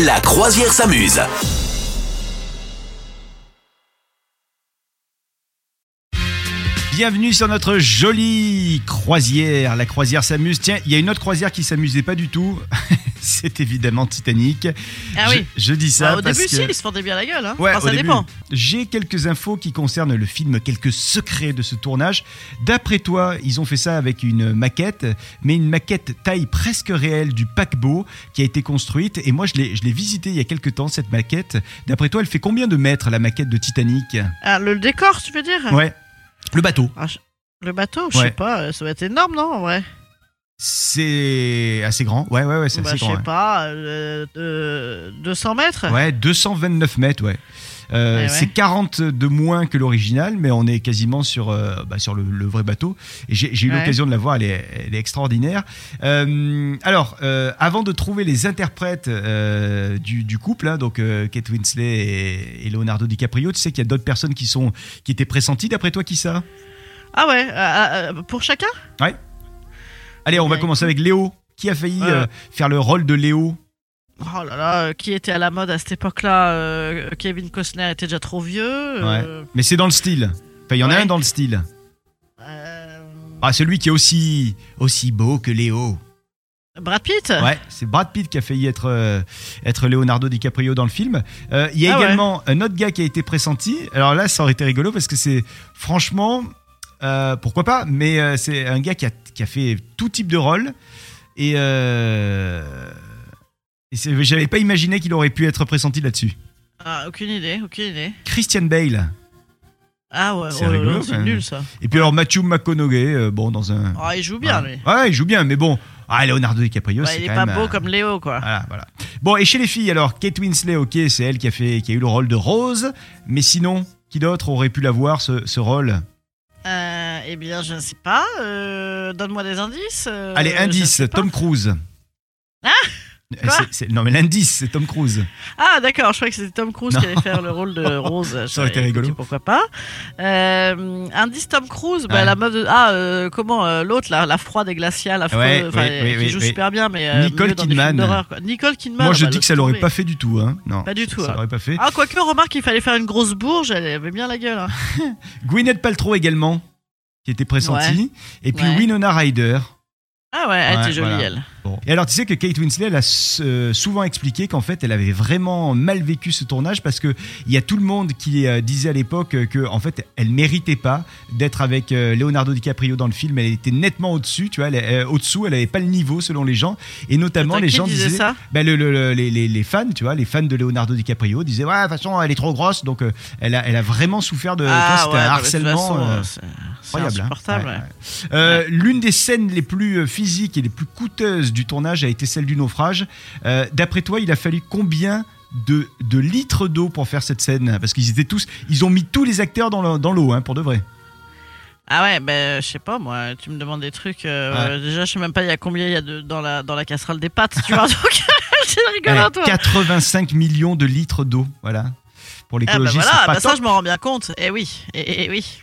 La croisière s'amuse. Bienvenue sur notre jolie croisière. La croisière s'amuse. Tiens, il y a une autre croisière qui s'amusait pas du tout. C'est évidemment Titanic. Ah oui. Je, je dis ça Bah, au parce début, que. si, ils se fendaient bien la gueule. Hein. Ouais, Enfin, au ça début, dépend. J'ai quelques infos qui concernent le film, quelques secrets de ce tournage. D'après toi, ils ont fait ça avec une maquette, mais une maquette taille presque réelle du paquebot qui a été construite. Et moi, je l'ai je l'ai visitée il y a quelques temps, cette maquette. D'après toi, elle fait combien de mètres, la maquette de Titanic Ah, le décor, tu veux dire Ouais. Le bateau. Ah, je- Le bateau, je Ouais. sais pas, euh, ça va être énorme, non, en vrai C'est assez grand. Ouais, ouais, ouais, c'est Bah, assez je grand. sais pas, euh, euh, 200 mètres Ouais, Ouais, 229 mètres, ouais. Euh, Eh Ouais, ouais. C'est 40 de moins que l'original, mais on est quasiment sur, euh, bah, sur le, le vrai bateau. Et j'ai j'ai eu Ouais. l'occasion de la voir, elle est, elle est extraordinaire. Euh, alors, euh, avant de trouver les interprètes euh, du, du couple, hein, donc euh, Kate Winslet et, et Leonardo DiCaprio, tu sais qu'il y a d'autres personnes qui, sont, qui étaient pressenties, d'après toi, qui ça Ah ouais, euh, euh, pour chacun Allez, on va Ouais. commencer avec Léo. Qui a failli Eh Ouais. euh, faire le rôle de Léo Oh là là, euh, qui était à la mode à cette époque-là euh, Kevin Costner était déjà trop vieux. euh, Mais c'est dans le style. Enfin, il y en a Ouais. un dans le style. euh, Ah, celui qui est aussi, aussi beau que Léo. Brad Pitt Ouais, c'est Brad Pitt qui a failli être, euh, être Leonardo DiCaprio dans le film. Euh, il y a Ah ouais. également un autre gars qui a été pressenti. Alors là, ça aurait été rigolo parce que c'est, franchement, euh, pourquoi pas, mais euh, c'est un gars qui a, qui a fait tout type de rôle. Et, euh, et c'est- j'avais pas imaginé qu'il aurait pu être pressenti là-dessus. Ah, Aucune idée, aucune idée. Christian Bale. Ah ouais, C'est oh là rigolo, là, c'est quand même. nul ça. Et puis alors Matthew McConaughey, euh, bon, dans un. Ah, il joue bien ouais. lui. Ouais, il joue bien, mais bon. Ah, Leonardo DiCaprio, Bah, c'est il est quand pas même, beau euh, comme Léo quoi. Voilà, voilà. Bon, et chez les filles, alors, Kate Winslet, ok, c'est elle qui a, fait, qui a eu le rôle de Rose, mais sinon, qui d'autre aurait pu l'avoir, ce, ce rôle Euh, eh bien, je ne sais pas. euh, Donne-moi des indices. euh, Allez, je ne indice, sais pas. Tom Cruise. Ah Euh, c'est- c'est- Non, mais l'indice, c'est Tom Cruise. Ah, d'accord, je croyais que c'était Tom Cruise Non. qui allait faire le rôle de Rose. Ça aurait été J'aurais rigolo. dit Pourquoi pas euh, Indice Tom Cruise, bah, Ouais. la meuf de. Ah, euh, comment euh, L'autre, là, la froide et glaciale, affreuse, Ouais, enfin, oui, euh, oui, qui oui, joue oui. super bien, mais. euh, Nicole mieux dans des films Kidman. d'horreur, quoi. Nicole Kidman. Moi, je bah, dis laisse que ça l'aurait tomber. pas fait du tout, hein. Non. Pas du tout, Ça hein. l'aurait pas fait. Ah, quoique, remarque, il fallait faire une grosse bourge, elle avait bien la gueule. hein. Gwyneth Paltrow également, qui était pressentie. Et puis Ouais. Winona Ryder. Ah ouais, elle Ouais, était jolie, voilà. elle. Bon. Et alors, tu sais que Kate Winslet, elle a euh, souvent expliqué qu'en fait, elle avait vraiment mal vécu ce tournage parce que il y a tout le monde qui euh, disait à l'époque euh, que, en fait, elle méritait pas d'être avec euh, Leonardo DiCaprio dans le film. Elle était nettement au-dessus, tu vois, elle, euh, au-dessous, elle avait pas le niveau selon les gens. Et notamment, Attends, les qui gens disait disaient. ça Ben, le- le- le- les, les- les fans, tu vois, les fans de Leonardo DiCaprio disaient, ouais, de toute façon, elle est trop grosse, donc euh, elle, a, elle a vraiment souffert de. tu vois, Ah c'était ouais, un non, mais de toute harcèlement. façon, euh, c'est- C'est incroyable, hein. insupportable. Ouais, ouais. ouais. Euh, L'une des scènes les plus euh, physiques et les plus coûteuses du tournage a été celle du naufrage. Euh, D'après toi, il a fallu combien de, de litres d'eau pour faire cette scène Parce qu'ils étaient tous, ils ont mis tous les acteurs dans le- dans l'eau, hein, pour de vrai. Ah ouais, ben je sais pas moi, tu me demandes des trucs. euh, Ouais. euh, déjà, je sais même pas il y a combien il y a de, dans, la, dans la casserole des pâtes, tu vois. Donc, c'est Ouais, rigolo, toi. 85 Eh, millions de litres d'eau, voilà. Pour Ah bah l'écologie, voilà, c'est pas bah ça top. je m'en rends bien compte. Eh oui, eh, eh oui.